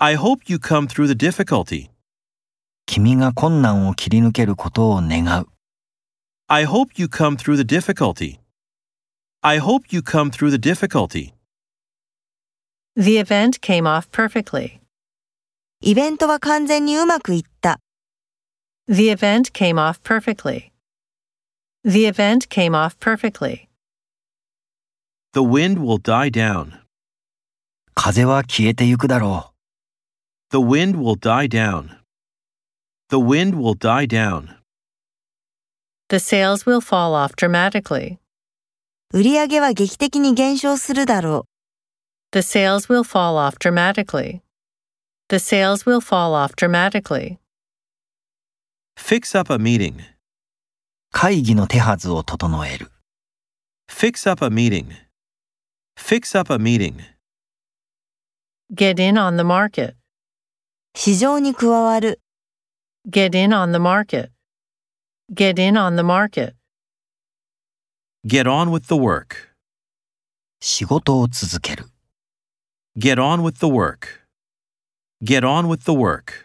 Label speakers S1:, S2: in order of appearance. S1: I hope you come through the difficulty.
S2: 君が困難を切り抜けることを願う。
S1: I hope you come through the difficulty. I hope you come through the difficulty.
S3: The event came off perfectly.
S4: イベントは完全にうまくいった。
S3: The event came off perfectly. The event came off perfectly.
S1: The wind will die down.
S2: 風は消えてゆくだろ
S1: The wind will die down. The wind will die down.
S3: The sales will fall off dramatically.
S4: 売り上げは劇的に減少するだろ
S3: The sales will fall off dramatically. The sales will fall off dramatically.
S1: Fix up a meeting.
S2: う。会議の手はずを整える。
S1: Fix up a meeting. Fix up a meeting.
S3: Get in on the market.
S4: う。市場に加わる。
S3: Get in on the market. Get in on the market.
S1: Get on with the work.
S2: 仕事を続ける。
S1: Get on with the work. Get on with the work.